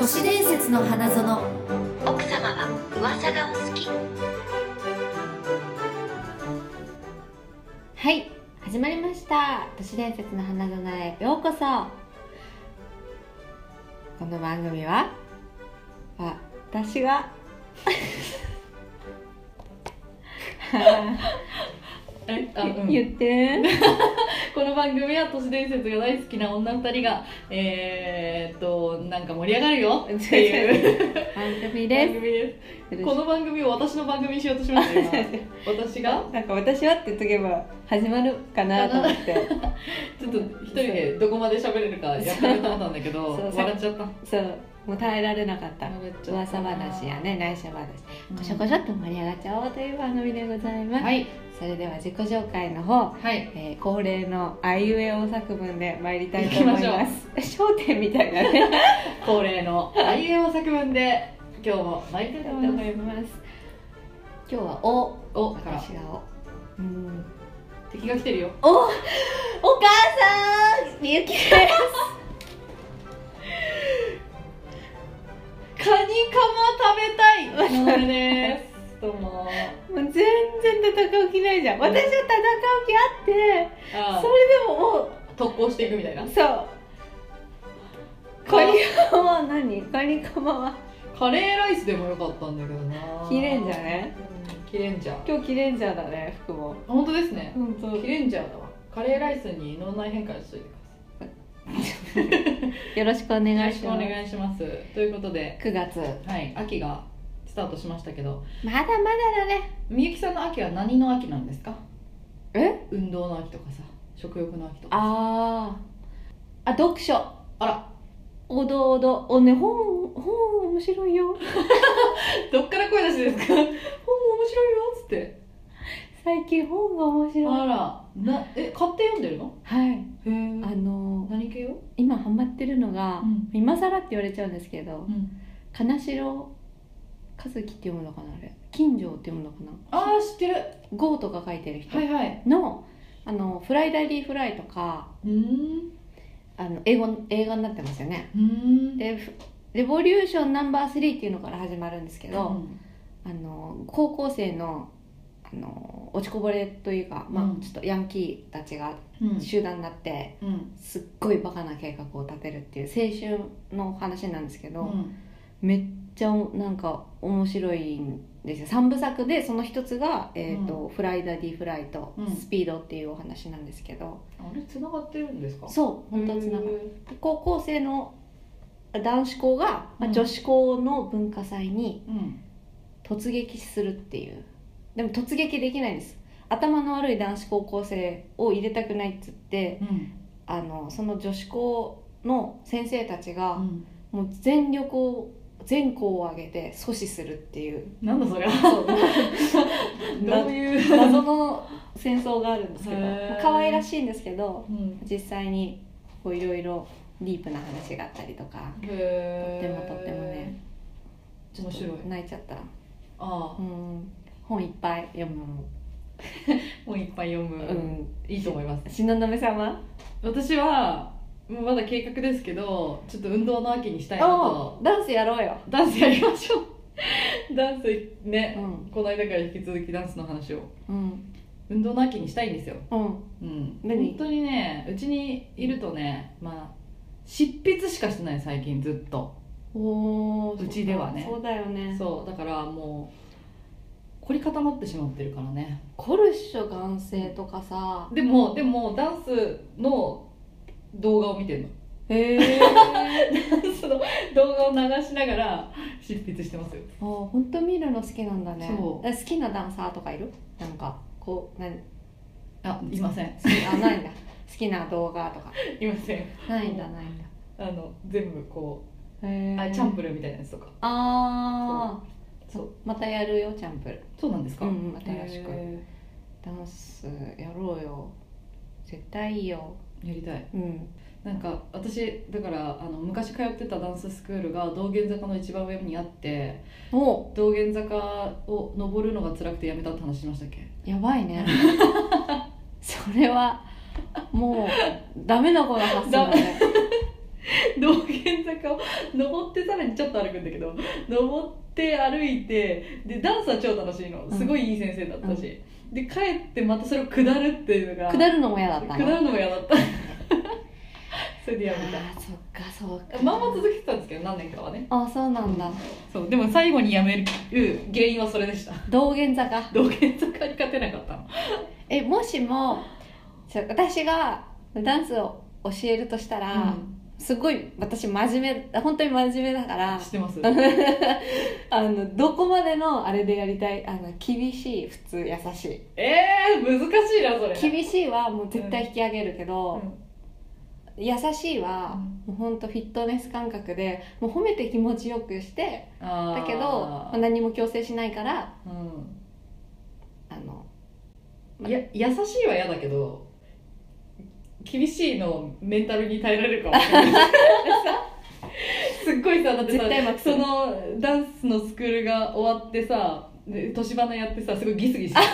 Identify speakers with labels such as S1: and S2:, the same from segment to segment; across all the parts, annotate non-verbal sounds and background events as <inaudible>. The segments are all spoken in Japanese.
S1: 都市伝説の花園
S2: 奥様は噂がお好き
S3: はい始まりました都市伝説の花園へようこそこの番組は私が
S4: えあうん
S3: 言って、
S4: この番組は都市伝説が大好きな女二人がえー、っとなんか盛り上がる
S3: <laughs>
S4: よっていう
S3: 番組
S4: 番
S3: で
S4: 組です <laughs> すこの番組を私の番組にしようとしましたよ
S3: <laughs>
S4: 今私が
S3: なんか私はって言っとけば始まるかなと思って
S4: ちょっと一人でどこまで喋れるかやってみと思ったんだけど
S3: そう
S4: 笑っちゃった
S3: そうもう耐えられなかった
S4: 笑っちゃった
S3: 噂話やね内緒話
S4: うん
S3: こしょこしょっと盛り上がっちゃおうという番組でございます、
S4: はい
S3: それでは自己紹介の方、
S4: はい
S3: えー恒例のあいうえお作文で参りたいと思い
S4: 行
S3: ます焦点みたいな <laughs> ね
S4: 恒例のあいうえお作文で今日も参りたいと思います
S3: ます今日はお
S4: おから
S3: 私がおうん
S4: 敵が来てるよ
S3: おお母さんみゆきです
S4: カニカマ食べたいの俺ですどうも
S3: もう全然戦う気ないじゃん私は戦う気あって
S4: あ
S3: それでももう
S4: ー特攻していくみたいな
S3: そうカニカマは何カニカマは
S4: カレーライスでもよかったんだけどな
S3: キレンジャーね
S4: うんキレンジャー
S3: 今日キレンジャーだね服も
S4: 本当ですね
S3: 本
S4: キレンジャーだわカレーライスに脳内変換しといてく
S3: よろしくお願
S4: ださいよろ
S3: い
S4: し
S3: し
S4: くお
S3: ます
S4: 願いしますということで、
S3: 9月
S4: はい、秋がスタートしましたけど
S3: まだまだだね
S4: みゆきさんの秋は何の秋なんですか
S3: え
S4: 運動の秋とかさ食欲の秋とか
S3: あーあ読書
S4: あら
S3: おどおどおね本本面白いよ
S4: <laughs> どっから声出しですか <laughs> 本面白いよっつって
S3: 最近本が面白
S4: あ
S3: い
S4: らなえ買って読んでるの
S3: はい
S4: へ
S3: あ
S4: え
S3: の
S4: 何系よ、
S3: 今ハマってるのが、
S4: ん
S3: 今更って言われちゃうんですけど
S4: うん、
S3: 金城和樹って読むのかなあれ金城って読むのかな
S4: ああ知ってる
S3: ゴーとか書いてる人
S4: はいはい
S3: の「あのフライダリーフライ」とか
S4: うーん
S3: あの英語映画になってますよね
S4: うーん
S3: でフ「レボリューションナンバー3」っていうのから始まるんですけ
S4: う
S3: ど、
S4: ん
S3: あの高校生のあの落ちこぼれというか、まあ
S4: うん
S3: ちょっとヤンキーたちが
S4: うん
S3: 集団になって、
S4: うん
S3: すっごいバカな計画を立てるっていう青春のお話なんですけ
S4: う
S3: ど、
S4: ん
S3: めっちゃなんか面白いんですよ3部作でその一つが「えーとフライダディフライ」と
S4: うん
S3: 「スピード」っていうお話なんですけど、
S4: あれ繋がってるんですか
S3: そう本当はつながる高校生の男子校が、
S4: う
S3: まあ、
S4: ん
S3: 女子校の文化祭に
S4: うん
S3: 突撃するっていうでも突撃できないんです頭の悪い男子高校生を入れたくないっつって
S4: うん
S3: あのその女子校の先生たち
S4: う
S3: が
S4: ん
S3: もう全力を全校を挙げて阻止するっていう
S4: なんだそれは
S3: そう
S4: <laughs>
S3: な
S4: どういう
S3: 謎の戦争があるんですけど
S4: へー
S3: 可愛らしいんですけど
S4: うん
S3: 実際にこういろいろディープな話があったりとか
S4: へ
S3: とってもとってもね
S4: ー面白い
S3: 泣いちゃった
S4: ああ
S3: うん本いっぱい読む
S4: もういっぱい読む、
S3: うん
S4: いいと思います
S3: 東雲様
S4: 私はもうまだ計画ですけどちょっと運動の秋にしたいな
S3: お
S4: と
S3: うダンスやろうよ
S4: ダンスやりましょう <laughs> ダンスね、
S3: うん
S4: この間から引き続きダンスの話を
S3: うん
S4: 運動の秋にしたいんですよ
S3: うん
S4: うん、
S3: 何
S4: 本当にねうちにいるとねまあ執筆しかしてない最近ずっと
S3: おお
S4: うちではね
S3: そうだよね
S4: そうだからもう凝り固まってしまってるからね
S3: コルッショ眼性とかさ
S4: でもでもダンスの動画を見てるの <laughs>
S3: へえ
S4: ダンスの動画を流しながら執筆してますよ
S3: あ本当見るの好きなんだね
S4: そう
S3: え好きなダンサーとかいるなんかこう何
S4: あいません
S3: 好きあないんだ好きな動画とか
S4: いません
S3: ないんだないんだ
S4: あの全部こ
S3: へ
S4: うあチャンプルーみたいなやつとか
S3: ああ
S4: そう
S3: そうまたやるよチャンプル
S4: そうなんですか、
S3: うんうん新しく
S4: へ
S3: ダンスやろうよ絶対いいよ
S4: ーやりたい
S3: うん
S4: なんか私だからあの昔通ってたダンススクールが道玄坂の一番上にあって
S3: お
S4: 道玄坂を登るのが辛くてやめたって話しましたっけ
S3: やばいね <laughs> それはもうダメな子の発想だね
S4: <laughs> 道玄坂を登ってさらにちょっと歩くんだけど登って歩いてでダンスは超楽しいの
S3: うん
S4: すごいいい先生だったし、で帰ってまたそれを下るっていうのが
S3: 下るのも嫌だった
S4: 下
S3: の
S4: るのも嫌だ <laughs> ったそれでやめた
S3: あーそっかそっか
S4: まあまあ続けてたんですけど何年かはね
S3: あそうなんだ
S4: そうでも最後にやめる原因はそれでした
S3: 道玄坂
S4: 道玄坂に勝てなかったの
S3: えもしもじゃあ私がダンスを教えるとしたら、すごい私真面目本当に真面目だから
S4: うん知ってます
S3: あのどこまでのあれでやりたいあの厳しい普通優しい
S4: えー、難しいなそれ
S3: 厳しいはもう絶対引き上げるけど、優しいはもう本当フィットネス感覚でもう褒めて気持ちよくしてだ
S4: だ
S3: けど何も強制しないから
S4: う
S3: あの
S4: ん、いや優しいは嫌だけど厳しいのメンタルに耐えられるかもしれないすっごいさだって
S3: 絶
S4: さ
S3: 対負け
S4: そ
S3: そう
S4: のダンスのスクールが終わってさで年花やってさすごいギスギスしてた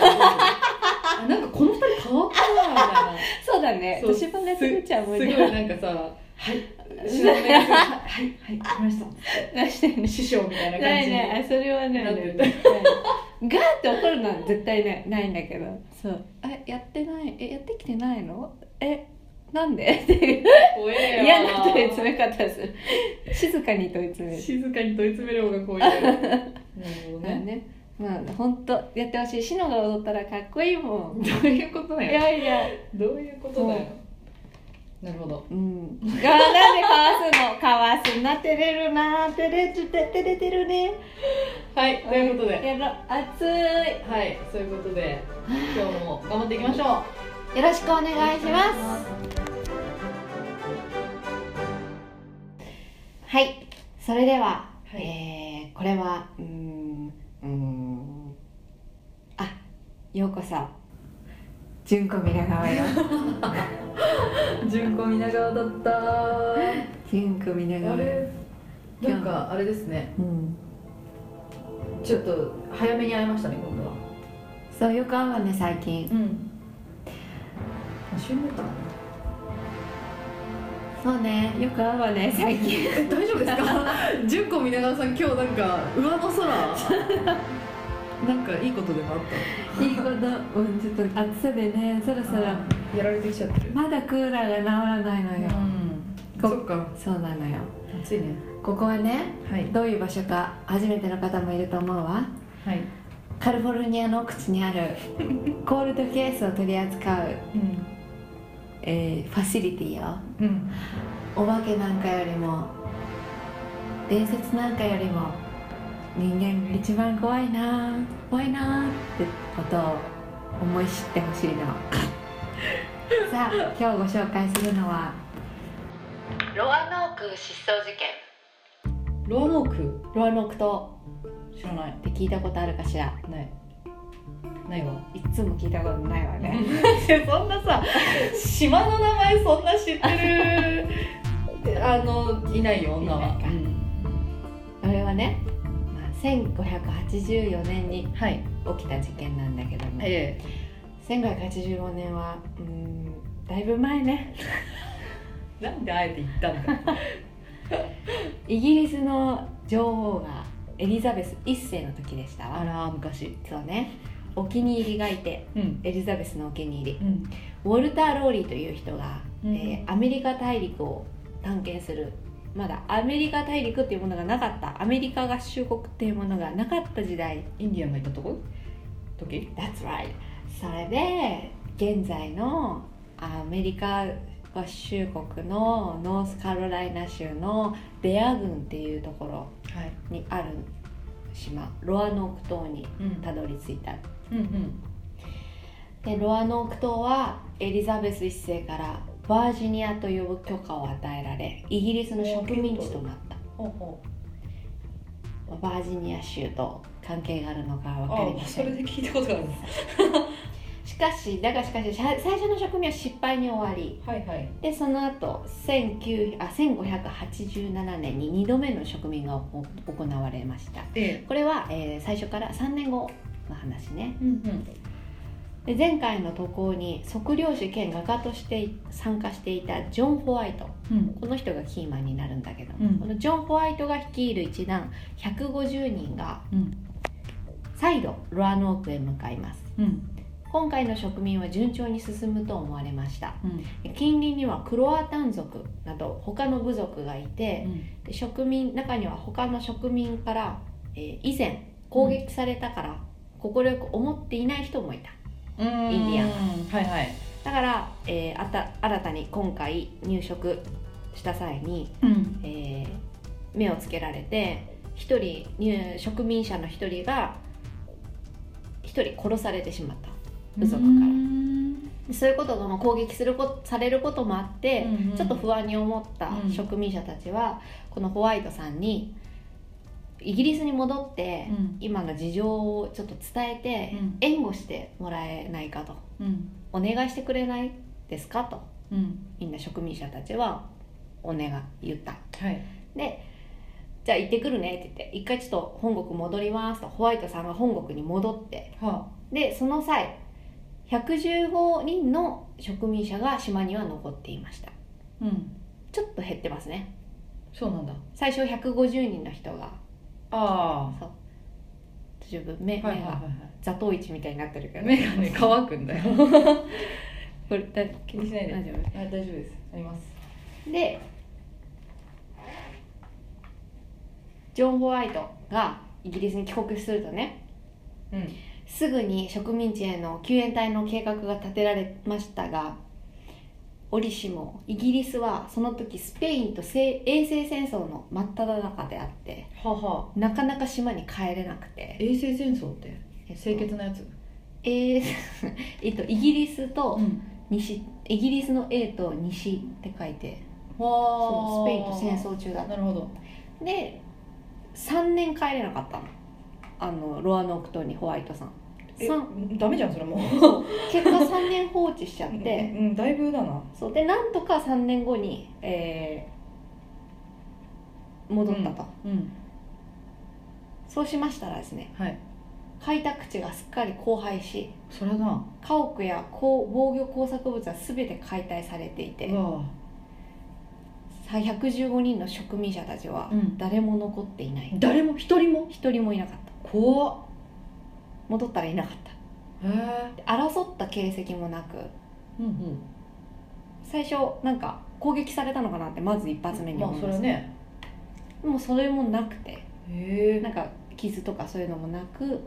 S4: あなんかこの二人変わったなみたいな
S3: そうだね
S4: そう
S3: 年分で作っちゃう無
S4: す
S3: 理
S4: ごいなんかさ「はい師匠お願いしますはいはい来ました」
S3: 出してるね
S4: 師匠みたいな
S3: <laughs> な
S4: 感
S3: い
S4: じに
S3: ないあそれはね
S4: な
S3: なんい
S4: て言う
S3: ね
S4: ん
S3: ガ
S4: だ
S3: ーって怒るのは絶対ないないんだけどそうあやってないえやってきてないのえなんで <laughs> っていう
S4: 怖えよ
S3: 嫌な問い詰め方する静かに問い詰める
S4: 静かに問い詰める方が怖い
S3: <laughs>
S4: よなるほど
S3: まあ
S4: ね
S3: ねまあ本当やってほしいシノが踊ったらかっこいいもん
S4: どういうこと
S3: い
S4: だよ
S3: やいや
S4: どういうことだよなるほど
S3: うんがなんでかわすのかわすな照れるな照れて照れてるね
S4: はいということで
S3: やろ熱い
S4: はいそういうことで今日も頑張っていきましょう
S3: よろしくお願いしますはい、それでは、
S4: はい
S3: えーこれはうーんうーんあようこそ純子皆川 <laughs> よ
S4: 純子皆川だった
S3: <laughs>
S4: あ
S3: 純子皆川よ
S4: れなんかあれですね
S3: うん、
S4: ちょっと早めに会いましたね今度は
S3: そうよく会うわね最近
S4: うん一緒になったかな
S3: そうねよく会うわね最近
S4: え大丈夫です <laughs> か純子皆川さん今日なんか上の空なんかいいことでもあっ
S3: <laughs> いいことうんちょっと暑さでねそろそ
S4: た
S3: ろ
S4: やられてきちゃってる
S3: まだクーラーが治らないの
S4: う
S3: よ、
S4: ん
S3: こ
S4: そっか
S3: そうなのよ
S4: 暑いね
S3: ここはね
S4: はい
S3: どういう場所か初めての方もいると思うわ
S4: はい
S3: カリフォルニアの奥地にあ <laughs> るコールドケースを取り扱う、
S4: うん
S3: えーファシリティよ
S4: うん
S3: お化けなんかよりも伝説なんかよりも人間が一番怖いなあ怖いなあってことを思い知ってほしい <laughs> のさあ今日ご紹介するのはロアノーク失踪事件
S4: ロアノーク
S3: ロアノーク島
S4: 知らない
S3: って聞いたことあるかしら
S4: ないないわ
S3: いつも聞いたことないわね
S4: <laughs> そんなさ島の名前そんな知 <laughs> ってるあのいないよ女はい
S3: ないかこれはね、まあ、1584年に
S4: はい
S3: 起きた事件なんだけども、
S4: え
S3: 1585年はうーんだいぶ前ね
S4: えなんであえて言ったんだ
S3: イギリスの女王がエリザベス1世の時でしたわ
S4: ら昔
S3: そうねお気に入りがいて
S4: うん
S3: エリザベスのお気に入り
S4: うん
S3: ウォルター・ローリーという人が、
S4: うん
S3: えーアメリカ大陸を探検するまだアメリカ大陸っていうものがなかったアメリカ合衆国っていうものがなかった時代
S4: インディアンがいたとこ時
S3: That's right それで現在のアメリカ合衆国のノースカロライナ州のデア郡っていうところ
S4: はい
S3: にある島ロアノーク島に
S4: うん
S3: たどり着いた
S4: うんうん
S3: でロアノーク島はエリザベス一世からバージニアと呼ぶ許可を与えられイギリスの植民地となった
S4: ほうほう
S3: バージニア州と関係があるのかは分かりま
S4: あ
S3: せ
S4: そ
S3: ん
S4: れで聞いたことがある
S3: しかしだがしかしさ最初の植民は失敗に終わり
S4: はいはい
S3: でその後19あ1587年に2度目の植民が行行われました
S4: え
S3: これは、えー最初から3年後の話ね
S4: うんうん
S3: で前回の渡航に測量士兼画家として参加していたジョン・ホワイト
S4: うん
S3: この人がキーマンになるんだけど、
S4: うん
S3: このジョン・ホワイトが率いる一団150人が
S4: うん
S3: 再度ロアノークへ向かいます
S4: うん
S3: 今回の植民は順調に進むと思われました
S4: うん
S3: 近隣にはクロアタン族など他の部族がいて
S4: うん
S3: で植民中には他の植民から、えー以前攻撃されたから快く思っていない人もいた
S4: うん
S3: インディアン
S4: はいはい
S3: だから、えーあた新たに今回入植した際に
S4: うん
S3: えー目をつけられて一人入植民者の一人が一人殺されてしまった部族からでそういうことがもう攻撃するこされることもあって、ちょっと不安に思った
S4: うん
S3: 植民者たちは、このホワイトさんにイギリスに戻って、
S4: うん
S3: 今の事情をちょっと伝えて、
S4: うん
S3: 援護してもらえないかと
S4: うん
S3: お願いしてくれないですかと
S4: うん
S3: みんな植民者たちはお願い言った
S4: はい
S3: じゃあ行ってくるねって言って一回ちょっと本国戻りますとホワイトさんが本国に戻って
S4: は
S3: でその際115人の植民者が島には残っていました
S4: あうん
S3: ちょっと減ってますね
S4: そうなんだ
S3: 最初150人の人が
S4: あ
S3: 十分目,、
S4: あはいはい
S3: 目が
S4: は
S3: 座頭市みたいになってるけ
S4: い
S3: ど、
S4: 目がね乾くんだよ
S3: これだ
S4: 気にしないで
S3: 大丈夫
S4: あ大丈夫ですあります
S3: でジョン・ホワイトがイギリスに帰国するとね
S4: うん
S3: すぐに植民地への救援隊の計画が立てられましたが折しもイギリスはその時スペインと西衛星戦争の真っ只中であって
S4: はは
S3: なかなか島に帰れなくて
S4: 衛星戦争って
S3: えっと
S4: 清潔なやつ
S3: えー <laughs> えっとイギリスと
S4: ん
S3: 西イギリスの A と西って書いてそうスペインと戦争中だっ
S4: なるほど
S3: たで3年帰れなかったのあのロアノーク島にホワイトさん
S4: え
S3: さん
S4: ダメじゃんそれも
S3: <laughs> 結果3年放置しちゃっ
S4: う
S3: て
S4: んうんだいぶだな
S3: そうでなんとか3年後に、えー戻ったと、
S4: うん
S3: そうしましたらですね
S4: はい
S3: 開拓地がすっかり荒廃し
S4: それだわ
S3: 家屋やこう防御工作物は全て解体されていてさ115人の植民者たちは
S4: うん
S3: 誰も残っていない
S4: 誰も一人も
S3: 一人もいなかった
S4: 怖っ
S3: 戻ったらいなかっ
S4: へえ
S3: たで争った形跡もなく
S4: うんうん
S3: 最初なんか攻撃されたのかなってまず一発目に
S4: ま
S3: 思
S4: あ
S3: い
S4: そ
S3: ま
S4: れ
S3: す、
S4: ね
S3: もうそれもなくて
S4: へ
S3: なんか傷とかそういうのもなく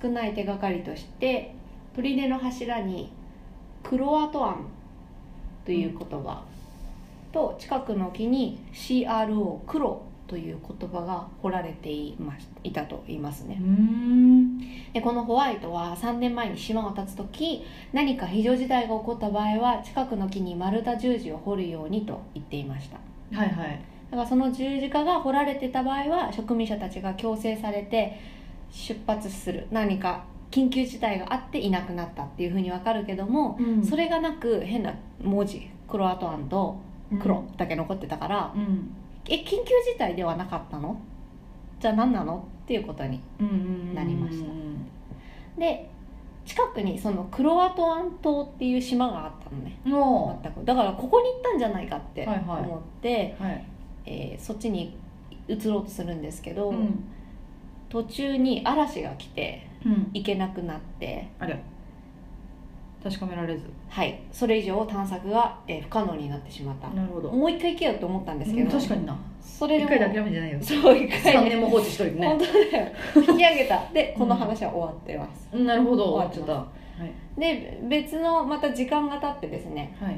S3: 少ない手がかりとして砦の柱にクロアトアンという言葉、と近くの木に CRO 黒という言葉が彫られていましいたと言います
S4: え
S3: ね
S4: うん
S3: でこのホワイトは3年前に島を立つ時何か非常事態が起こった場合は近くの木に丸太十字を彫るようにと言っていました
S4: はいはい
S3: だからその十字架が掘られてた場合は植民者たちが強制されて出発する何か緊急事態があっていなくなったっていうふうにわかるけども、それがなく変な文字クロアトアンと黒だけ残ってたから、
S4: うん
S3: え緊急事態ではなかったのじゃあ何なのっていうことに
S4: うんうん
S3: なりました
S4: た
S3: で近くにそのクロアトアン島っていう島があったのね
S4: も
S3: 全くだからここに行ったんじゃないかって
S4: うはいは
S3: 思って、
S4: いはい
S3: えーそっちに移ろうとするんですけど、
S4: うん
S3: 途中に嵐が来て
S4: うん
S3: 行けなくなって
S4: あれ確かめられず
S3: はいそれ以上探索が、えー不可能になってしまった、
S4: なるほど
S3: もう一回行けよと思ったんですけど、
S4: 確かにな
S3: それ
S4: 一
S3: でも
S4: 回で諦めんじゃないよ
S3: そう一回
S4: 3
S3: ね
S4: 年も放置しといて
S3: 本
S4: ね
S3: 当だよ引き上げたでこの話は終わってます、
S4: なるほど
S3: 終
S4: 終
S3: わ
S4: わ
S3: っ
S4: っ
S3: ち
S4: ち
S3: ゃ
S4: ゃ
S3: っ
S4: ったたはい
S3: で別のまた時間が経ってですね
S4: はい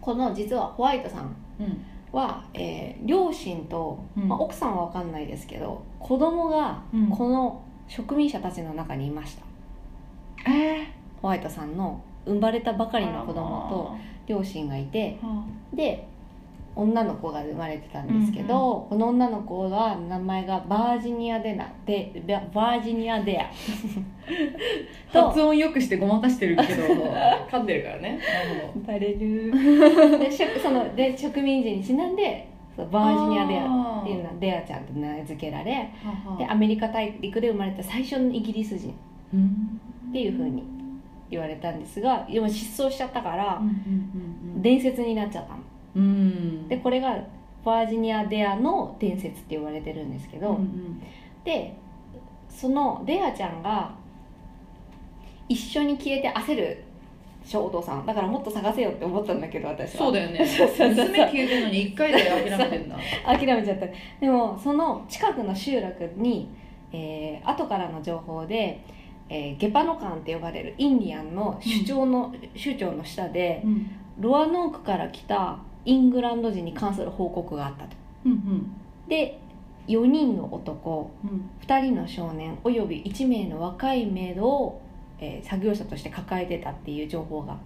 S3: この実はホワイトさん
S4: うん
S3: は、えー両親と、
S4: うん
S3: まあ、奥さんは分かんないですけど子供が
S4: うん
S3: この植民者たちの中にいました、
S4: え
S3: ホワイトさんの生まれたばか
S4: ー
S3: りの子供と両親がいて
S4: あらま
S3: で女の子が生まれてたんですけど、この女の子が名前がバージニアデナでババージニアデア
S4: あ
S3: と
S4: 発音よくしてごまかしてるけど <laughs> 噛んでるからねなるほ
S3: バレる <laughs> でしょそので植民地にちなんでそうバージニアデア
S4: ア
S3: っていうのはデアちゃんと名付けられで
S4: で
S3: アメリカ大陸で生まれた最初のイギリス人っていう風に言われたんですがでも失踪しちゃったから伝説になっちゃったの
S4: うん
S3: でこれがバージニア・デアの伝説って言われてるんですけど、
S4: うん
S3: でそのデアちゃんが一緒に消えて焦るでしょお父さんだからもっと探せよって思ったんだけど私は
S4: そうだよね
S3: そうそうそう
S4: 娘消えてるのに1回で諦めて <laughs> んだ
S3: 諦めちゃったでもその近くの集落に、えー後からの情報で、えーゲパノカンって呼ばれるインディアンの首長の、首長の下で
S4: うん
S3: ロアノークから来たイングランド人に関する報告があったと
S4: うん
S3: で4人の男
S4: うん
S3: 2人の少年および1名の若いメイドを、えー作業者として抱えてたっていう情報が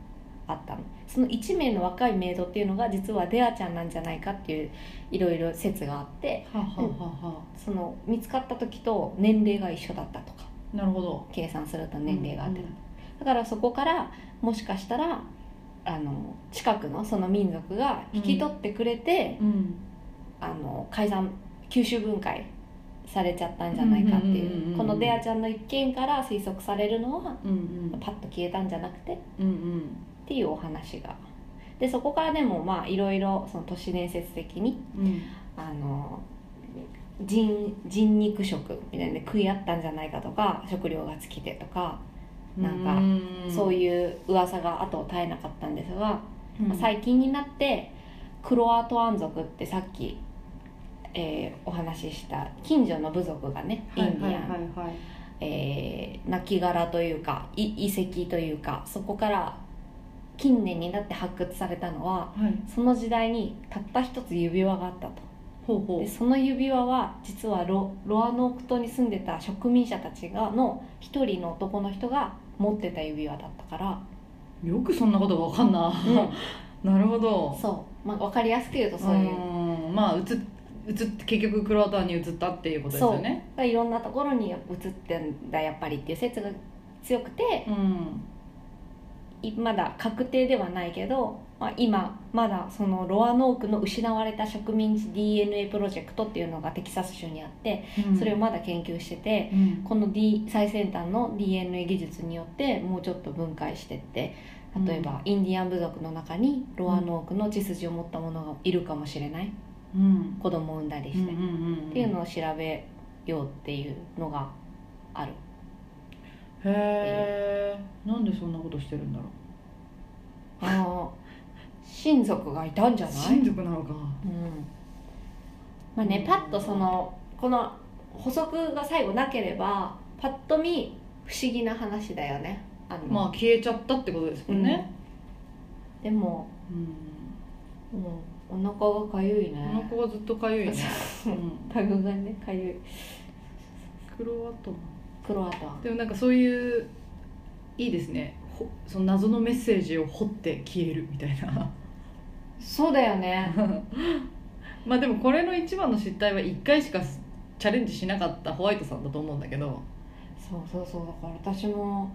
S3: あったのその1名の若いメイドっていうのが実はデアちゃんなんじゃないかっていういろいろ説があって
S4: はあはあはあは
S3: その見つかった時と年齢が一緒だったとか
S4: あなるほど
S3: 計算すると年齢が合ってた、
S4: うん
S3: だからそこからもしかしたらあの近くのその民族が引き取ってくれて、
S4: うん
S3: あの改ざん吸収分解されちゃったんじゃないかって
S4: うんうんうんうん
S3: いううんこのデアちゃんの一件から推測されるのは
S4: うんうん
S3: パッと消えたんじゃなくてっ
S4: うんうん
S3: ていうお話がでそこからでもまあいろいろその都市伝説的に
S4: うん
S3: あの人人肉食みたいなね食い合ったんじゃないかとか食料が尽きてとかなんか
S4: か
S3: そう
S4: い
S3: いう噂が後を絶えなかったんですが、
S4: うん
S3: まあ最近になってクロアトアン族ってさっき、えーお話しした近所の部族がねインディアン、
S4: はいはいはいはい
S3: えー亡骸というかい遺跡というかそこから近年になって発掘されたのは
S4: はい
S3: その時代にたった一つ指輪があったと。
S4: ほうほ
S3: でその指輪は実はロロアノーク島に住んでた植民者たちがの一人の男の人が持ってた指輪だったから、
S4: うよくそんなことがわかんななるほど
S3: <laughs> そう、まあ、分かりやすく言うとそういう、
S4: うんまあ移っ移って結局クロアタに移ったっていうことですよね
S3: いろんなところに移ってんだやっぱりっていう説が強くて
S4: うん
S3: いまだ確定ではないけど、まあ、今まだそのロアノークの失われた植民地 DNA プロジェクトっていうのがテキサス州にあってそれをまだ研究してて。
S4: うん
S3: この、D、最先端の DNA 技術によってもうちょっと分解してって例えばインディアン部族の中にロアノークの血筋を持った者がいるかもしれない
S4: うん
S3: 子供を産んだり
S4: うん
S3: し
S4: う
S3: て、
S4: ん
S3: っ
S4: うんうん
S3: ていうのを調べようっていうのがある
S4: へえんでそんなことしてるんだろう
S3: あの親族がいたんじゃない、
S4: 親族なのか
S3: うんまあねパッとそのこの補足が最後なければパッと見不思議な話だよねあの、
S4: まあ消えちゃったってことですもんね
S3: でも
S4: うん
S3: もうお腹がかゆい
S4: お
S3: ね
S4: 腹はずっとかゆいねうん
S3: タグがねかゆい
S4: クロアタ
S3: クロアトは
S4: でもなんかそういういいですねほその謎のメッセージを掘って消えるみたいな
S3: そうだよね
S4: <laughs> まあでもこれの一番の失態は1回しかチャレンジしなかったホワイトさんだと思うんだけど
S3: そうそうそうだから私も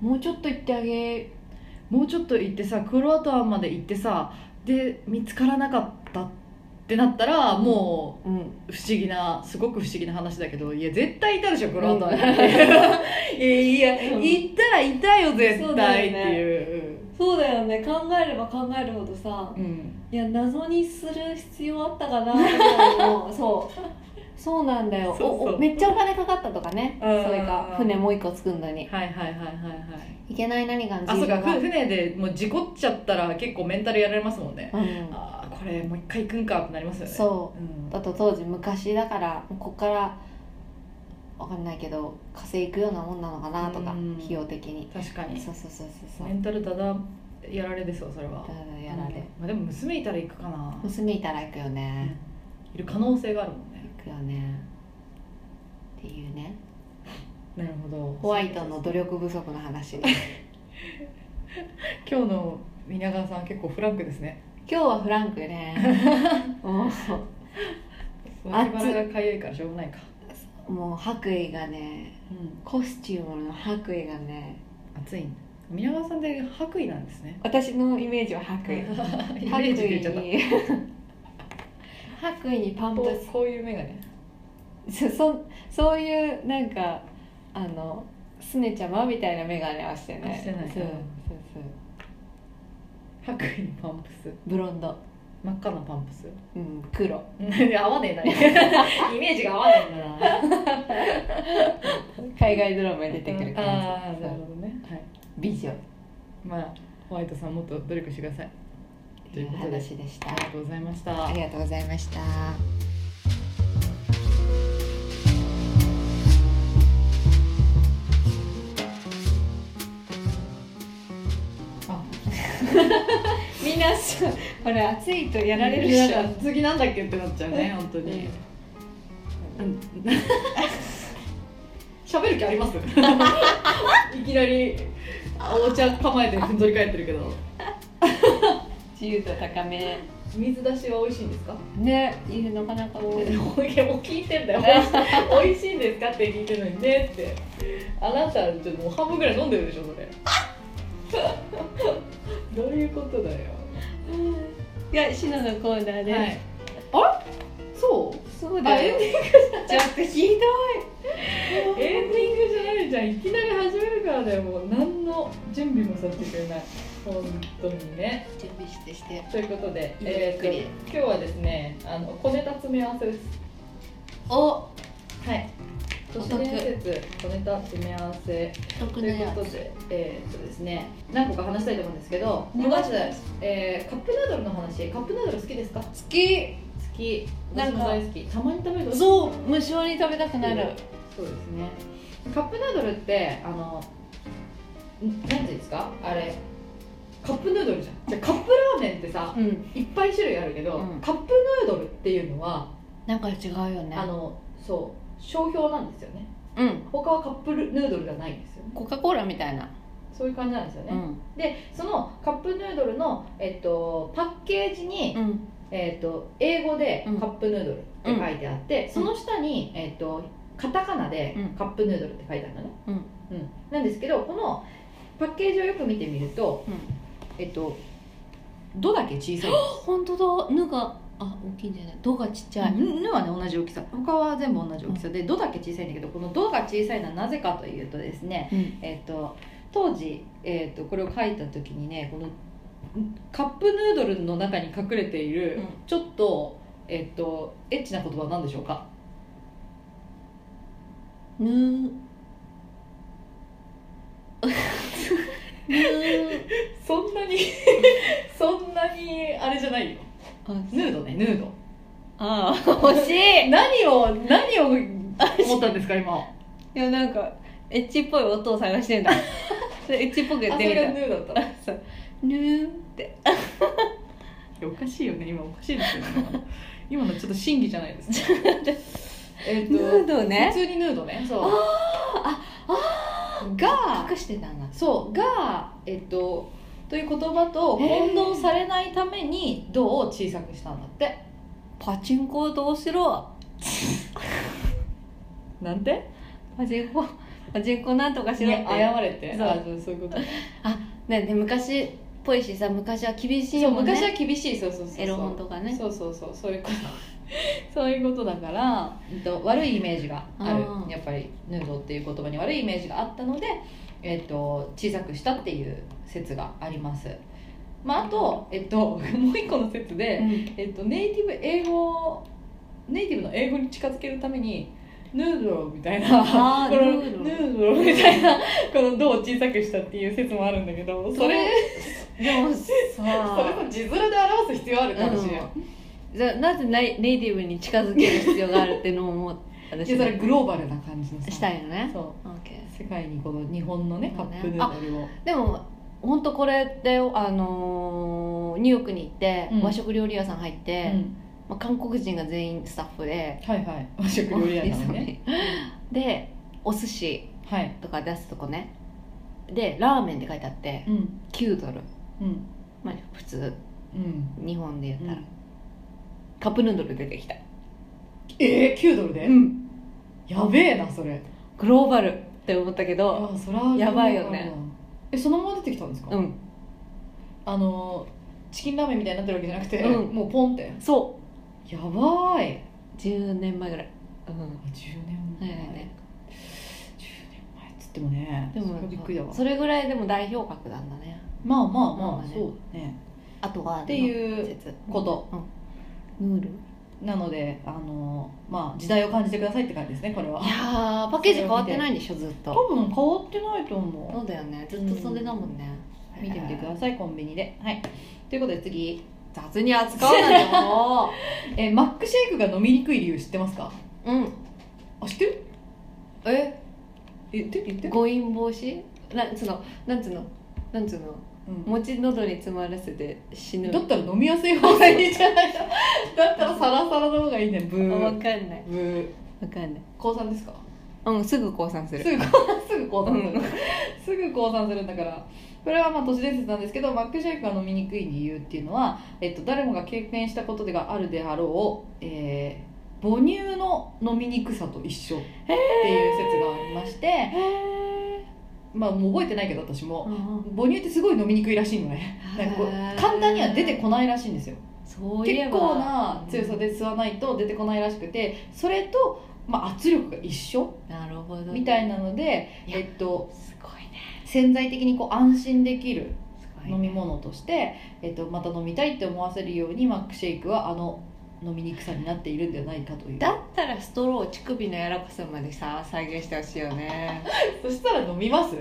S3: もうちょっと言ってあげ
S4: もうちょっと行ってさクロアタまで行ってさで見つからなかったってなったらも
S3: うん
S4: う不思議なすごく不思議な話だけどいや絶対いたでしょクロアタ
S3: う
S4: <laughs>
S3: ん
S4: いやいや
S3: うん
S4: 行ったらいたよ
S3: そ
S4: 絶
S3: うだ
S4: 対
S3: よ
S4: って
S3: ね
S4: いう
S3: そうだよね考えれば考えるほどさ
S4: うんうん
S3: いや謎にする必要あったかなみたいなのそうそうなんだ
S4: そ
S3: よ
S4: うそう
S3: おおめっちゃお金かかったとかね
S4: う
S3: そ
S4: ん
S3: れか船もう一個作るのに
S4: はいはいはいはいはい
S3: いけない何かの
S4: あそう
S3: 事情
S4: か
S3: が
S4: 船でもう事故っちゃったら結構メンタルやられますもんね、
S3: うん
S4: ああこれもう一回行くんかってなりますよね
S3: そう
S4: うん
S3: あと当時昔だからここからわかんないけど火星行くようなもんなのかなとか
S4: うん
S3: 費用的に
S4: 確かに
S3: そうそうそうそうそう
S4: メンタルだだやられですわそれは
S3: だからやら
S4: うん
S3: れ
S4: まあ、でも娘いたら行くかな、
S3: 娘いたら行くよ
S4: うん
S3: ね
S4: いる可能性があるもんね
S3: 行くよねっていうね
S4: なるほど
S3: ホワイトの努力不足の話今
S4: <laughs> 今日の皆川さん結構フランクですね
S3: 日はフランクねも
S4: 脇腹がかゆいからしょうがないか、
S3: うもう白衣がね
S4: うん、
S3: コスチュームの白衣がね
S4: 暑い皆川さんで白衣なんですね
S3: 私のイメージは
S4: <laughs>
S3: 白
S4: イ
S3: 衣
S4: メー
S3: 白
S4: ジ
S3: 衣
S4: で言っちゃった
S3: に白衣にパンプ
S4: こ
S3: ス
S4: うこういう眼鏡
S3: そそそういうなんかあのすねちゃまみたいな眼鏡はしてない
S4: してない
S3: そうそうそう
S4: 白衣にパンプス
S3: ブロンド
S4: 真っ赤なパンプ <laughs> ス
S5: うん、黒
S4: うん合わねえな <laughs> イメージが合わねえんだな
S5: 海外ドラマに出てくる感
S4: ああなるほどねは
S5: じ
S4: い
S5: 美女
S4: まあホワイトさんもっと努力してください
S5: という話でした
S4: ありがとうございました
S5: ありがとうございました
S4: あ
S5: <laughs> みんなそうほら暑いとやられる
S4: い
S5: で
S4: や
S5: しょ
S4: なんか次なんだっけってなっちゃうね本当にうん <laughs> 喋る気あります <laughs> いきなりお茶構えてふんぞり返ってるけど
S5: 自由度高め
S4: 水出しは美味しいんです <laughs> か
S5: ねいるなかなか多い
S4: でもいやもう聞いてんだよ美味しいんですかって聞いてるのにねってあなたちょっともう半分ぐらい飲んでるでしょそれ <laughs> どういうことだよ
S5: がシノのコーナーで、
S4: はいあれそう
S5: そう
S4: あ
S5: だ
S4: エン
S5: よ
S4: ディング
S5: ちょっとひ
S4: エンディングじゃないじゃんいきなり始めるからだよもう何の準備もさせてくれない本当にね
S5: どい準備してして
S4: ということで、
S5: ゆ
S4: え
S5: っくり
S4: ー、と今日はですねあの小ネタ詰め合わせです
S5: <laughs> お
S4: はい
S5: お
S4: 都
S5: 得
S4: 市伝説小ネタ詰め合わせ
S5: 得
S4: ということで、えー、とですね何個か話したいと思うんですけど、
S5: お願
S4: ま
S5: いし
S4: ず、えーカップヌードルの話カップヌードル好きですか好
S5: 好き
S4: き
S5: な
S4: 私
S5: んか
S4: も大好きたまに食べると
S5: そう無性に食べたくなる
S4: そうですねカップヌードルってあのんなんていうんですかあれカップヌードルじゃんじゃあカップラーメンってさ
S5: うん
S4: いっぱい種類あるけど、
S5: うん
S4: カップヌードルっていうのは
S5: なんか違うよね
S4: あのそう商標なんですよね
S5: うん
S4: 他はカップヌードルじゃないんですよね
S5: コカ・コーラみたいな、
S4: そういう感じなんですよね、
S5: うん
S4: でそのカップヌードルの、えっと、パッケージに、
S5: うん
S4: えっと、英語で
S5: うん
S4: カップヌードルって書いてあって、その下に、えっと、カタカナで
S5: うん
S4: カップヌードルって書いてあるのね、
S5: うん
S4: うんなんですけどこのパッケージをよく見てみると、
S5: うん
S4: えっと「ド」だけ小さい
S5: 本当だ「ぬ」があ大きいんじゃない「ど」がちっちゃい、
S4: ぬぬはね同じ大きさ他は全部同じ大きさで「ド」だけ小さいんだけどこの「ド」が小さいのはなぜかというとですね、
S5: うん
S4: えっと当時、えっとこれを書いた時にねこのんカップヌードルの中に隠れている、
S5: うん
S4: ちょっと,、えっとエッチな言葉は何でしょうか
S5: ぬ <laughs> ぬ
S4: <laughs> そんな <laughs> にそんなにあれじゃないよヌードねヌード
S5: あ惜しい
S4: 何を何 <laughs> を思ったんですか今あ
S5: いやなんかエッチっぽい音を探して <laughs> んだそれエッチっぽく言ってみた
S4: ードだっ
S5: ぬーって
S4: たおかしいよね今おかしいですよね今の今のちょっと審議じゃないです
S5: <laughs>
S4: かえっと
S5: ヌードね
S4: 普通にヌードねそう
S5: が隠してたんだ
S4: そうが、えっと、という言葉と混同されないために「ど」を小さくしたんだって。
S5: パチンコをどうしろ
S4: なんて
S5: パチンコパチンコなんとかしろって
S4: 謝れて
S5: そう
S4: あそうそういうことね
S5: ねで昔っぽいしさ昔は厳しい
S4: そう
S5: もんね
S4: 昔は厳しいそうそうそうそう
S5: エロ本とかね
S4: そうそうそうそういうこと <laughs> そういうことだから、えっと、悪いイメージがある
S5: あー
S4: やっぱりヌードっていう言葉に悪いイメージがあったので、えっと、小さくしたっていう説がありますまああと、えっと、 <laughs> もう一個の説で、
S5: うん
S4: えっと、ネイティブ英語ネイティブの英語に近づけるためにヌードロみたい
S5: あ
S4: な
S5: ー
S4: この
S5: ヌードロ
S4: ヌードロみたいなこの「ド」を小さくしたっていう説もあるんだけどそれ
S5: でもさ
S4: それも字面で表す必要あるかもしれない、
S5: じゃあなぜないネイティブに近づける必要があるってのを思った
S4: いやそれグローバルな感じのさ
S5: したいよ
S4: <laughs>
S5: ね
S4: そ
S5: OK
S4: う世界にこの日本のねカ
S5: そうね
S4: ップヌードルを、
S5: でも本当これだよあのーニューヨークに行って、
S4: うん
S5: 和食料理屋さん入っ
S4: う
S5: て、
S4: ん、
S5: まあ、韓国人が全員スタッフで
S4: はいはい和食料理屋なのね
S5: <laughs> でお寿司
S4: はい
S5: とか出すとこねでラーメンって書いてあって
S4: うん
S5: 9ドル、
S4: うん
S5: まあ、普通
S4: うん
S5: 日本で言ったら、
S4: うん
S5: カップヌードル出てきた
S4: えー、9ドルで、
S5: うん
S4: やべえなそれ
S5: グローバルって思ったけど
S4: あそれは
S5: やばいよね
S4: えそのまま出てきたんですか、
S5: うん
S4: あのチキンラーメンみたいになってるわけじゃなくて、
S5: うん
S4: もうポンって
S5: そ
S4: やばーいう
S5: 10年前ぐらい、うん
S4: あ10年前、
S5: はいはいね
S4: 10年前っつってもね
S5: でも
S4: それはびっくりだわ
S5: それぐらいでも代表格なんだね
S4: まあまあまあ、
S5: まあね
S4: そうね
S5: あとは
S4: っていう
S5: 説
S4: こと、
S5: うん、ヌール
S4: なのであの、まあ、時代を感じてくださいって感じですねこれはい
S5: やーパッケージ変わってないんでしょずっと
S4: <laughs> 多分変わってないと思
S5: そうだよねずっとそれだもんね、
S4: う見てみてくださいコンビニではいということで次雑に扱うなよえマックシェイクが飲みにくい理由知ってますか
S5: <laughs> うん
S4: あ知ってるえ言って言って
S5: 誤飲防止なそのなんつうのなんつうの
S4: うん
S5: 餅喉に詰まらせて死ぬ
S4: だったら飲みやすい方がいいじゃ <laughs> ないのだったらサラサラの方がいいねブ
S5: あわか
S4: ー
S5: んない
S4: ブー
S5: わかんない
S4: 降参ですか
S5: うんすぐ降参す
S4: す
S5: る
S4: ぐ降参すぐ降参す
S5: う
S4: る、すぐ降参するんだからこれはまあ都市伝説なんですけどマックシェイクが飲みにくい理由っていうのは、えっと、誰もが経験したことでがあるであろう、えー母乳の飲みにくさと一緒っていう説がありまして、まあもう覚えてないけど私も母乳ってすごい飲みにくいらしいのねなんかこう簡単には出てこないらしいんですよ
S5: そういえ
S4: 結
S5: ば
S4: 構な強さで吸わないと出てこないらしくてそれと、まあ、圧力が一緒
S5: なるほどね
S4: みたいなので、
S5: いや
S4: えっと、
S5: すごいね
S4: 潜在的にこう安心できる
S5: すごいね
S4: 飲み物として、えっと、また飲みたいって思わせるようにマックシェイクはあの飲みにくさになっているんではないかという
S5: だったらストローを乳首の柔らかさまでさ再現してほしいよね
S4: そしたら飲みます
S5: い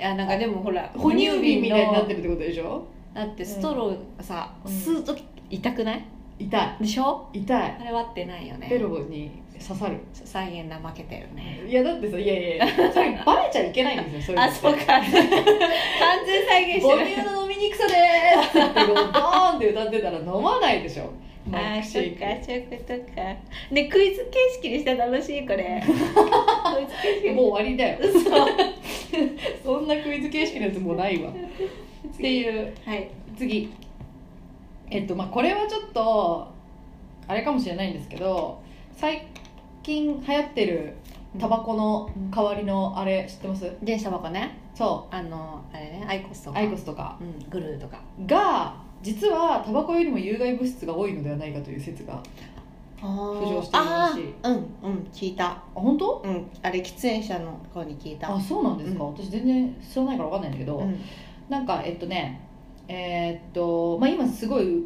S5: やなんかでもほら
S4: 哺乳瓶みたいになって
S5: る
S4: るってことでしょ
S5: だってストローさ、
S4: うん
S5: 吸うとき痛くない
S4: 痛い
S5: でしょ
S4: 痛い
S5: あれ割ってないよね
S4: ベロに刺さる
S5: 再現怠けてるね
S4: いやだってさいやいやい <laughs> やそれバレちゃいけないんですよそれ
S5: あそうか
S4: <laughs>
S5: 完全再現し
S4: 母
S5: てる
S4: 乳の飲みにくさですってこうドーンって歌ってたら飲まないでしょマ
S5: あ
S4: ッ
S5: ー
S4: クシ
S5: そ
S4: ェ
S5: っ
S4: イク
S5: かそういうことかねクイズ形式にしたら楽しいこ <laughs> れクイズ形式
S4: もう終わりだよ
S5: 嘘は
S4: そんなクイズ形式のやつもうないわっていう
S5: い
S4: 次えっとまあこれはちょっとあれかもしれないんですけど最近流行ってるタバコの代わりのあれ知ってます
S5: 電子タバコね
S4: そ
S5: あのあれねアイコスと
S4: う
S5: か
S4: アイコスとか
S5: うん、グルーとか
S4: が実はタバコよりも有害物質が多いのではないかという説があ
S5: 浮
S4: 上してるらしい
S5: うんうん聞いた
S4: 本当
S5: うんあれ喫煙者の子に聞いた
S4: あそうなんですか、
S5: う
S4: 私全然知らないから分かんないんだけど、
S5: うん
S4: なんかえっとねえーっとまあ今すごい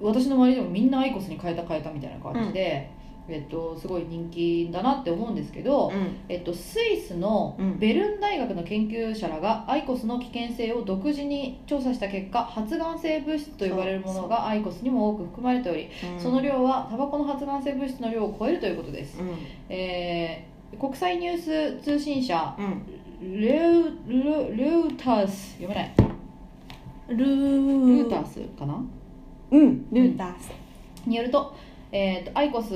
S4: 私の周りでもみんなアイコスに変えた変えたみたいな感じで、えっと、すごい人気だなって思うんですけど、
S5: うん
S4: えっと、スイスの
S5: うん
S4: ベルン大学の研究者らがアイコスの危険性を独自に調査した結果発がん性物質と呼ばれるものがアイコスにも多く含まれておりその量はタバコの発がん性物質の量を超えるということです、
S5: うん
S4: えー国際ニュース通信社
S5: うん
S4: レウルレウタス読めない
S5: ル
S4: ル
S5: ー
S4: ータスかな
S5: うんルータス
S4: によると,、えー、とアイコス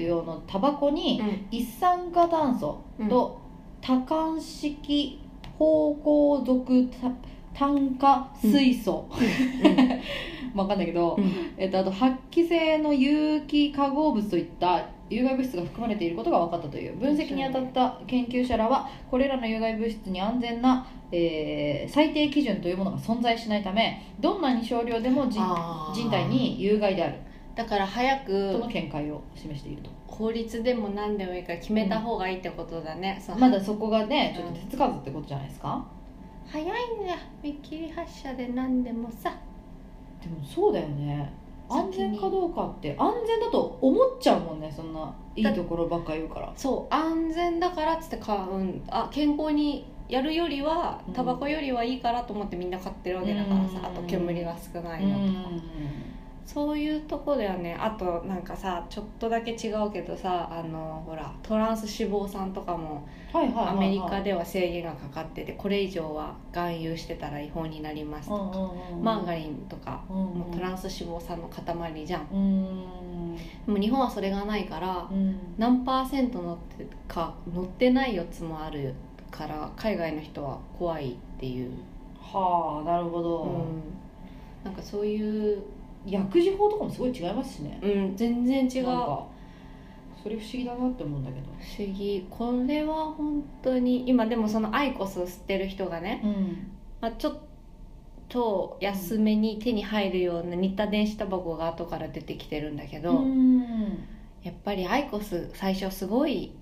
S4: 用のタバコに
S5: うん
S4: 一酸化炭素と多管式芳香属た炭化水素、 <laughs> わかんないけど、
S5: うん
S4: えっとあと発揮性の有機化合物といった有害物質が含まれていることが分かったという分析に当たった研究者らはこれらの有害物質に安全な、えー最低基準というものが存在しないためどんなに少量でも人
S5: あー
S4: 人体に有害である
S5: だから早
S4: と
S5: く
S4: の見解を示していると、
S5: 法律でも何でもいいから決めた方がいいってことだね、その
S4: まだそこがねちょっと手つかずってことじゃないですか、
S5: 早いんだ見切り発車で何でもさ
S4: でもそうだよね安全
S5: 先
S4: か
S5: に
S4: どうかって安全だと思っちゃうもんねそんないいところばっか言うから
S5: そう安全だからっつって買うんあ健康にやるよりは
S4: うん
S5: タバコよりはいいからと思ってみんな買ってるわけだからさ、
S4: うん
S5: あと煙が少ないのとか、
S4: う
S5: そういうとこだよねあとなんかさちょっとだけ違うけどさあのほらトランス脂肪酸とかも
S4: んはいはいはいはい
S5: アメリカでは制限がかかっててこれ以上は含有してたら違法になりますとか、マーガ
S4: リ
S5: リンとか
S4: ン、うん
S5: もうトランス脂肪酸の塊じゃん
S4: うん
S5: でも日本はそれがないから
S4: うん
S5: 何パーセント乗ってか乗ってないやつもあるから海外の人は怖いっていう、
S4: はあなるほど、
S5: うんなんかそういう、
S4: 薬事法とかもすごい違いますしね
S5: うん、全然違う
S4: なん
S5: 不
S4: かそれ不思議だなって思うんだけど
S5: 思議これは本当に今でもそのアイコスを吸ってる人がね、
S4: うん
S5: まあ、ちょっと安めに手に入るような似た電子タバコが後から出てきてるんだけど、
S4: うん
S5: やっぱりアイコス最初すごい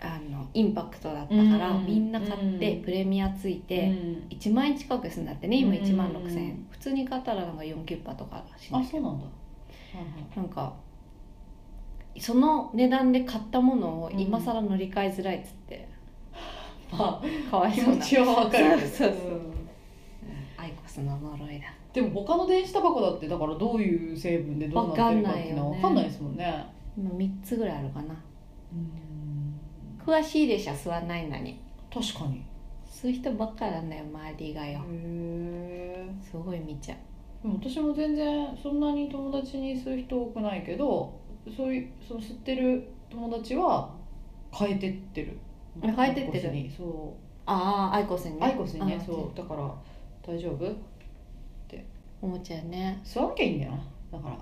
S5: あのインパクトだった
S4: うん
S5: から、みんな買って
S4: うん
S5: プレミアついて、1万円近くするんだってね今1万6000円、普通に買ったらなんか4キュッパとからしいんだ
S4: あ
S5: けど
S4: そうなんだ
S5: なんかその値段で買ったものを
S4: うん
S5: 今更乗り換えづらいっつって、
S4: ま
S5: かわ
S4: あ
S5: い
S4: 気
S5: そう
S4: 持
S5: な
S4: ちはわかるけど
S5: そうそうそ
S4: うん
S5: アイコスの呪いだ
S4: でも他の電子タバコだってだからどういう成分でどうなってるかっていうの
S5: わ
S4: は分か
S5: か
S4: ん
S5: ん
S4: な
S5: ないよね
S4: いですもんね
S5: 今3つぐらいあるかな
S4: うん
S5: 詳しい列車吸わないのに
S4: 確かに
S5: 吸う人ばっかなんだよ周りがよ
S4: へえ
S5: すごい見ちゃう
S4: でも私も全然そんなに友達に吸う人多くないけどそういうその吸ってる友達は変えてってる
S5: 変えてってる
S4: アイコスにそ
S5: ああアイコスに
S4: うアイコスにね
S5: あー
S4: そうだから大丈夫
S5: 思っちゃうね
S4: 吸わなきゃいいんだよなだから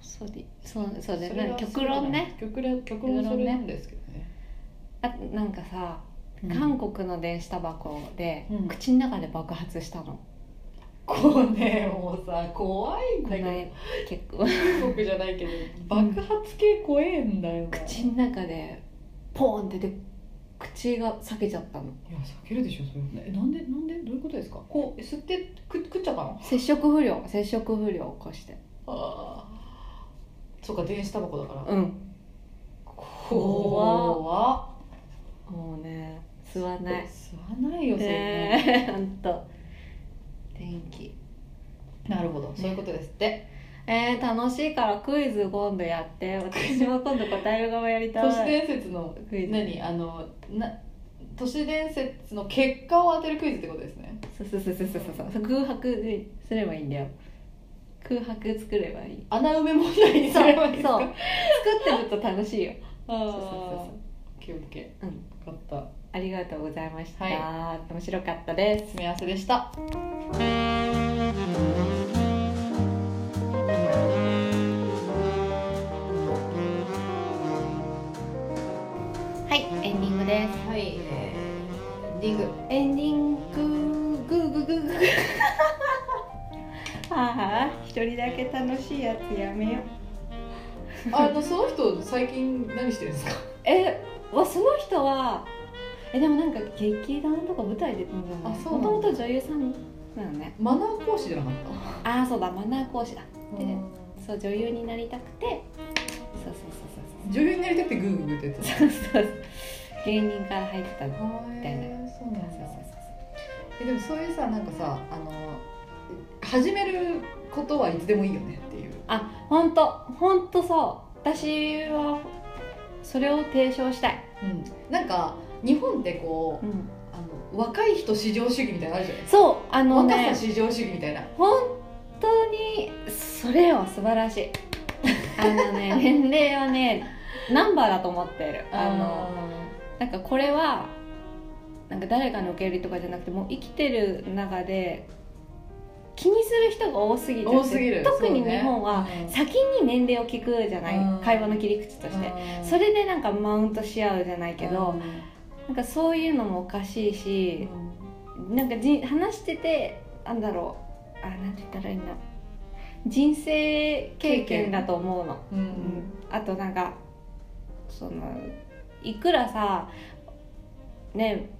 S5: そうでそうそうだよ
S4: それ
S5: ね
S4: が
S5: 極論ね
S4: 極論極論それなんですけどね
S5: あなんかさ、韓国の電子タバコで、
S4: うん
S5: 口の中で爆発したの
S4: こうねもうさ怖いん
S5: こ
S4: だけど
S5: の結構
S4: 韓国じゃないけど爆発系怖えんだよな
S5: 口の中でポーンってで口が裂けちゃったの
S4: いや避けるでしょそれえなんでなんでどういうことですかこう吸ってく食っちゃったの
S5: 接触不良接触不良を起こして
S4: あーそうか電子タバコだから
S5: うん
S4: 怖っ
S5: もうね吸わない
S4: 吸わないよそんな、
S5: ええほんと天気
S4: なるほどそういうことですって
S5: えー、楽しいからクイズ今度やって私も今度答える側やりた
S4: 都市
S5: い
S4: 伝説の
S5: クイズ
S4: 何あのな都市伝説の結果を当てるクイズってことですね
S5: そうそうそうそうそうそう空白にすればいいんだよ空白作ればいい
S4: 穴埋め問題にすればいいですか
S5: そうそう作ってると楽しいよ <laughs>
S4: あ
S5: そ
S4: ー
S5: うそうそうそう
S4: オッケーオッケ
S5: う
S4: ー
S5: ん
S4: 分かった
S5: ありがとうございました、
S4: は
S5: 面白かったです
S4: 詰め合わせでした
S5: はいエンディングです
S4: はい、えー、ディング
S5: エンディンググーグーグーグーああ一人だけ楽しいやつやめよう
S4: あのその人最近何してるんですか
S5: えわその人はえでもなんか劇団とか舞台出てるんじゃない
S4: あそうなんだ
S5: もともと女優さんなのね
S4: マナー講師じゃなかった
S5: ああそうだマナー講師だ
S4: で
S5: そう女優になりたくてそうそうそう
S4: 女優になりたくてグーグーグーってやつ
S5: そうそうそうそう芸人から入ってたの
S4: へーそうなん
S5: そう
S4: だ
S5: そうそ
S4: えでもそういうさなんかさあの始めることはいつでもいいよねっていう
S5: うほんとほんとそう私はそれを提唱したい、
S4: なんか日本ってこう
S5: うん、
S4: あの若い人至上主義みたいなのあるじゃない
S5: そうあのね
S4: 若さ至上主義みたいな
S5: 本当にそれは素晴らしいあのね <laughs> 年齢はねナンバーだと思ってるあのなんかこれはなんか誰かの受け入れとかじゃなくてもう生きてる中で気にする人が多すぎて
S4: 多すぎる
S5: 特に日本は、先に年齢を聞くじゃない、
S4: うん
S5: 会話の切り口として、そ
S4: れ
S5: れでなんかマウントし合うじゃないけど、なんかそういうのもおかしいし、なんかじ話しててなんだろうあなんて言ったらいいんだ人生経験だと思うの、
S4: うんう
S5: うん
S4: ん
S5: あとなんかそのいくらさね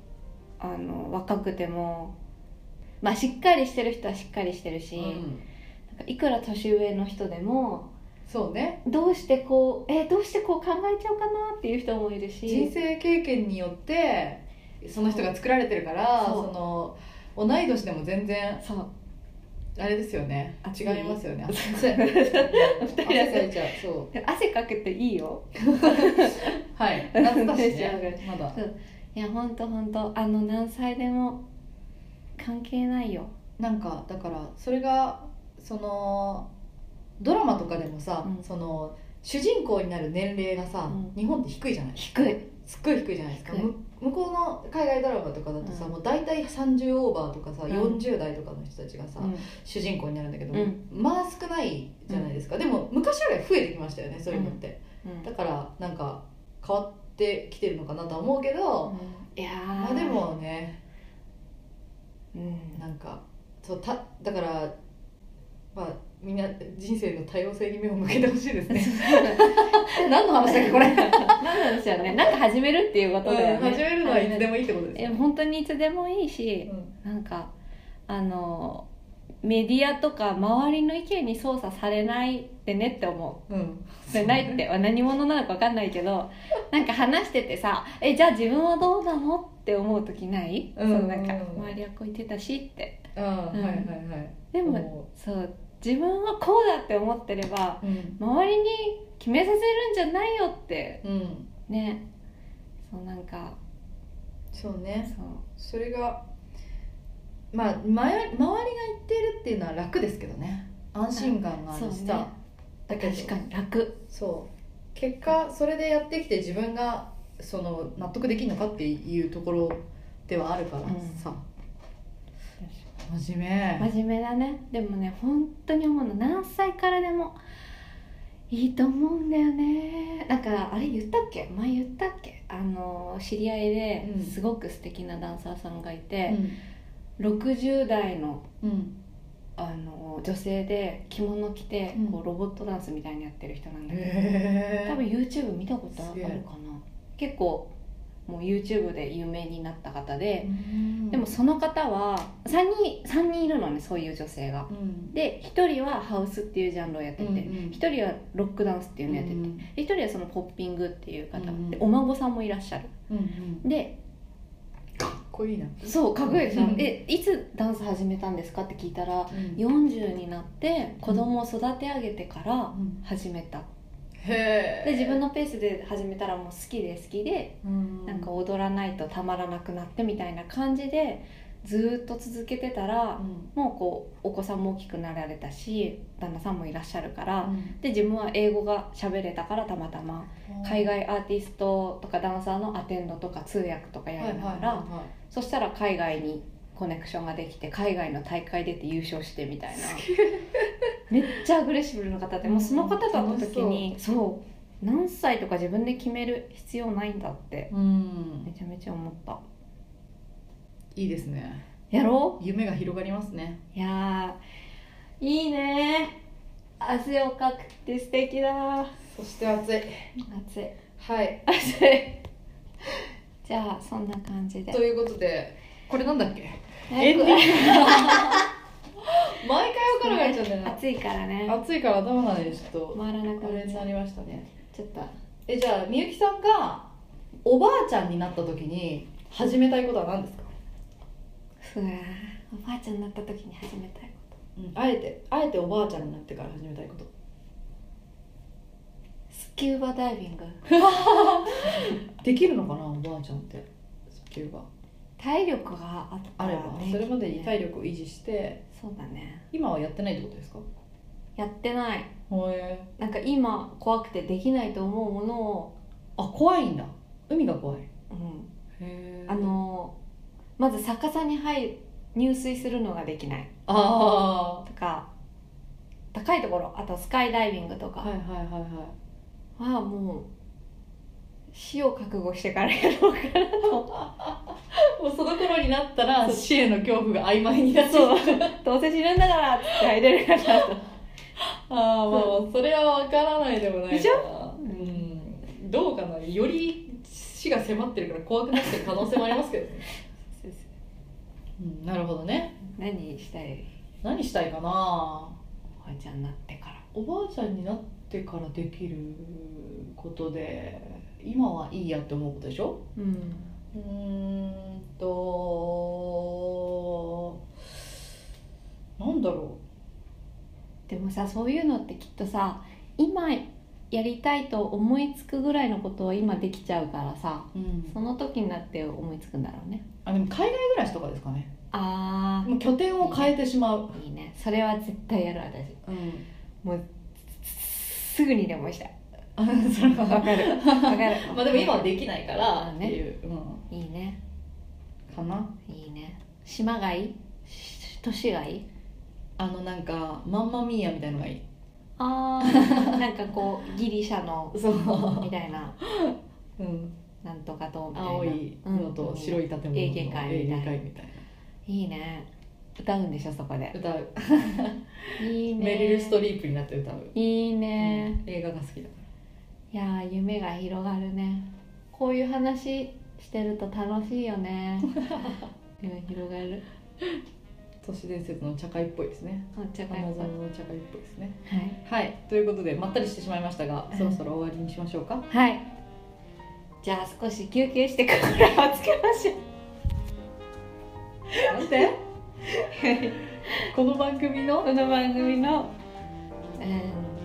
S5: あの若くてもまあしっかりしてる人はしっかりしてるし、
S4: う
S5: なんか
S4: ん
S5: いくら年上の人でも
S4: そうね
S5: どうしてこうえどうしてこう考えちゃうかなっていう人もいるし
S4: 人生経験によってその人が作られてるから
S5: そ
S4: そうの同い年でも全然
S5: そう
S4: あれですよね
S5: 熱
S4: 違
S5: い
S4: いますよね <laughs> 汗汗
S5: 人
S4: かいちゃうそう
S5: 汗かけていいよ
S4: はい夏だし
S5: <laughs> そう
S4: ねまだ
S5: いやほんとほんとあの何歳でも関係ないよ
S4: なんかだからそれがそのドラマとかでもさ、
S5: うん
S4: その主人公になる年齢がさ、
S5: うん
S4: 日本って低いじゃない
S5: 低い
S4: すっごい低いじゃないですか
S5: 低い
S4: む向こうの海外ドラマとかだとさ、
S5: うん
S4: もう大体30オーバーとかさ、
S5: ん
S4: 40代とかの人たちがさ、
S5: うん
S4: 主人公になるんだけど、
S5: うん
S4: まあ少ないじゃないですか、でも昔よりは増えてきましたよねそういうのって、
S5: うん
S4: だからなんか変わってきてるのかなとは思うけど、
S5: いやー
S4: まあでもね
S5: うん
S4: なんかそうただからまあみ
S3: <laughs>
S4: んな人生の多様性に目を向けてほしいですね <laughs> 何の話だっけこれ
S3: なんですよねなんか始めるっていうことだよね、
S4: 始めるのはいつでもいいってことです
S3: え
S4: よ、
S3: 本当にいつでもいいし
S4: うん
S3: なんかあのメディアとか周りの意見に操作されないでねって思う
S4: うん、
S3: それないって何者なのか分かんない
S4: <laughs>
S3: けどなんか話しててさ「えじゃあ自分はどうなの?」って思う時ない、
S4: うん
S3: そのなんか
S4: うん
S3: 周りはこう言ってたしって
S4: ああはいはいはい
S3: でも、
S4: も
S3: そう自分はこうだって思ってれば
S4: ううん、
S3: 周りに決めさせるんじゃないよって
S4: うん、
S3: ねそうなんか
S4: そうね
S3: そう
S4: それがまあま周りが言ってるっていうのは楽ですけどね安心感があるしさ、だけど
S3: 確かに楽
S4: そう結果それでやってきて自分がその納得できるのかっていうところではあるから
S3: うん
S4: さ、真面目
S3: 真面目だねでもね本当に思うの何歳からでもいいと思うんだよねだからあれ言ったっけ前言ったっけあの知り合いで
S4: うん
S3: すごく素敵なダンサーさんがいて、
S4: うん
S3: 60代の
S4: うん
S3: あの女性で着物着て、
S4: うん
S3: こうロボットダンスみたいにやってる人なんだけど、
S4: へえ
S3: 多分 YouTube 見たことあ
S4: す
S3: る
S4: げえ
S3: かな結構もう YouTube で有名になった方で、でもその方は3人 ,3 人いるのねそういう女性が。
S4: うん
S3: で1人はハウスっていうジャンルをやってて、
S4: うんうん
S3: 1人はロックダンスっていうのをやってて、
S4: うん
S3: 1人はそのポッピングっていう方、
S4: うん
S3: でお孫さんもいらっしゃる
S4: うんうん
S3: で
S4: かっこいいな、
S3: そうかっこいいでしょ
S4: うん
S3: でいつダンス始めたんですかって聞いたら
S4: うん
S3: 40になって子供を育て上げてから
S4: うん
S3: 始めた
S4: へえ
S3: で自分のペースで始めたらもう好きで好きで
S4: うん
S3: なんか踊らないとたまらなくなってみたいな感じでずーっと続けてたら
S4: うん
S3: もうこうお子さんも大きくなられたし旦那さんもいらっしゃるから、
S4: うん
S3: で自分は英語が喋れたからたまたま海外アーティストとかダンサーのアテンドとか通訳とか
S4: は
S3: や
S4: いはい
S3: りな
S4: は
S3: が
S4: い
S3: ら、
S4: は
S3: そしたら海外にコネクションができて海外の大会出て優勝してみたいなめっちゃアグレッシブな方でもうその方と会った時にそう何歳とか自分で決める必要ないんだって
S4: いうん
S3: めちゃめちゃ思った
S4: いいですね
S3: やろ
S4: 夢が広がりますね
S3: ういやーいいね汗をかくって素敵だ
S4: そして熱い
S3: 暑い
S4: はい
S3: 暑いじゃあそんな感じで
S4: ということでこれなんだっけ
S3: 早く <laughs>
S4: エンディン毎回分からないちゃうんだよ
S3: 暑いからね
S4: な暑いから頭がねちょっと
S3: 回らなく
S4: あ
S3: な
S4: れ
S3: っ
S4: に
S3: ちゃ
S4: な
S3: う
S4: りましたね
S3: ちょっと
S4: えじゃあみゆきさんがおばあちゃんになった時に始めたいことは何ですか、
S3: ふわーおばあちゃんになった時に始めたい
S4: うん、あえてあえておばあちゃんになってから始めたいこと
S3: スキューバダイビング
S4: できるのかなおばあちゃんってスキューバ
S3: 体力があった
S4: あ
S3: ら
S4: れ
S3: ね
S4: ばそれまでに体力を維持して
S3: そうだね
S4: 今はやってないってことですか
S3: やってない
S4: ほえ
S3: なんか今怖くてできないと思うものを、
S4: あ怖いんだ海が怖いへ
S3: うん、
S4: え
S3: あのまず逆さに入る入水するのができない
S4: あ
S3: とか高いところあとスカイダイビングと
S4: あ
S3: か
S4: はいはいはいはい
S3: はもう死を覚悟してからやろうか
S4: <laughs> もうその頃になったら死への恐怖が曖昧になっちゃう
S3: そうどうせ死ぬんだからって入れるかなと
S4: ああまあまあそれは分からないでもないな
S3: でし
S4: ょうんどうかなより死が迫ってるから怖くなってる可能性もありますけどね、うん、なるほどね
S3: 何したい
S4: 何したいかな
S3: おばあちゃんになってから
S4: おばあちゃんになってからできることで今はいいやって思うことでしょ
S3: うん
S4: うーんとなんだろ
S3: でもさそういうのってきっとさ今やりたいと思いつくぐらいのことを今できちゃうからさ
S4: う、うん
S3: その時になって思いつくんだろうね
S4: あでも海外暮らしとかですかね
S3: あ
S4: もう拠点を変えてしまう、
S3: あいいねそれは絶対やる私
S4: うん、
S3: すぐにでもしたい
S4: あそれ
S3: わ
S4: は
S3: かるわかる
S4: まあでも今はできないからっていう、う
S3: いいね
S4: ん、かない
S3: いね島がいいし都市がいい
S4: あのなんかマンマミーアみたいのがいい
S3: あー <laughs> なんかこうギリシャの
S4: そう、
S3: みたいな
S4: うん、
S3: なんとかとみたいな
S4: 青いの
S3: う
S4: と
S3: ん
S4: 白い建物の
S3: エーゲ海みたいな
S4: エーゲ海みたい
S3: いいね歌うんでしょそこで
S4: な歌う
S3: いいね
S4: メリル・ストリープになって歌う、
S3: いいね、
S4: うん映画が好きだか
S3: いいやー夢が広がるねこういう話してると楽しいよ <laughs> ね夢広がる
S4: 都市伝説の茶会っぽいですね
S3: お茶
S4: 花
S3: 会
S4: 園
S3: さん
S4: の茶会っぽいですね
S3: はい
S4: はいということでまったりしてしまいましたが
S3: うん
S4: そろそろ終わりにしましょうか
S3: はいじゃあ少し休憩してからをつけましょう
S4: なんてこの番組の
S3: <laughs> この番組の、うん、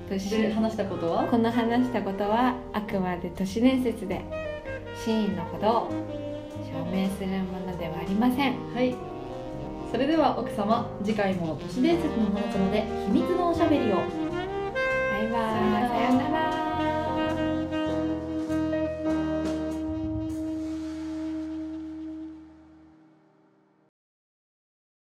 S3: 都市
S4: で話したことは
S3: この話したことはあくまで都市伝説で真意のほどを証明するものではありません
S4: はいそれでは奥様次回も都市伝説の花園で秘密のおしゃべりを
S3: バイバイ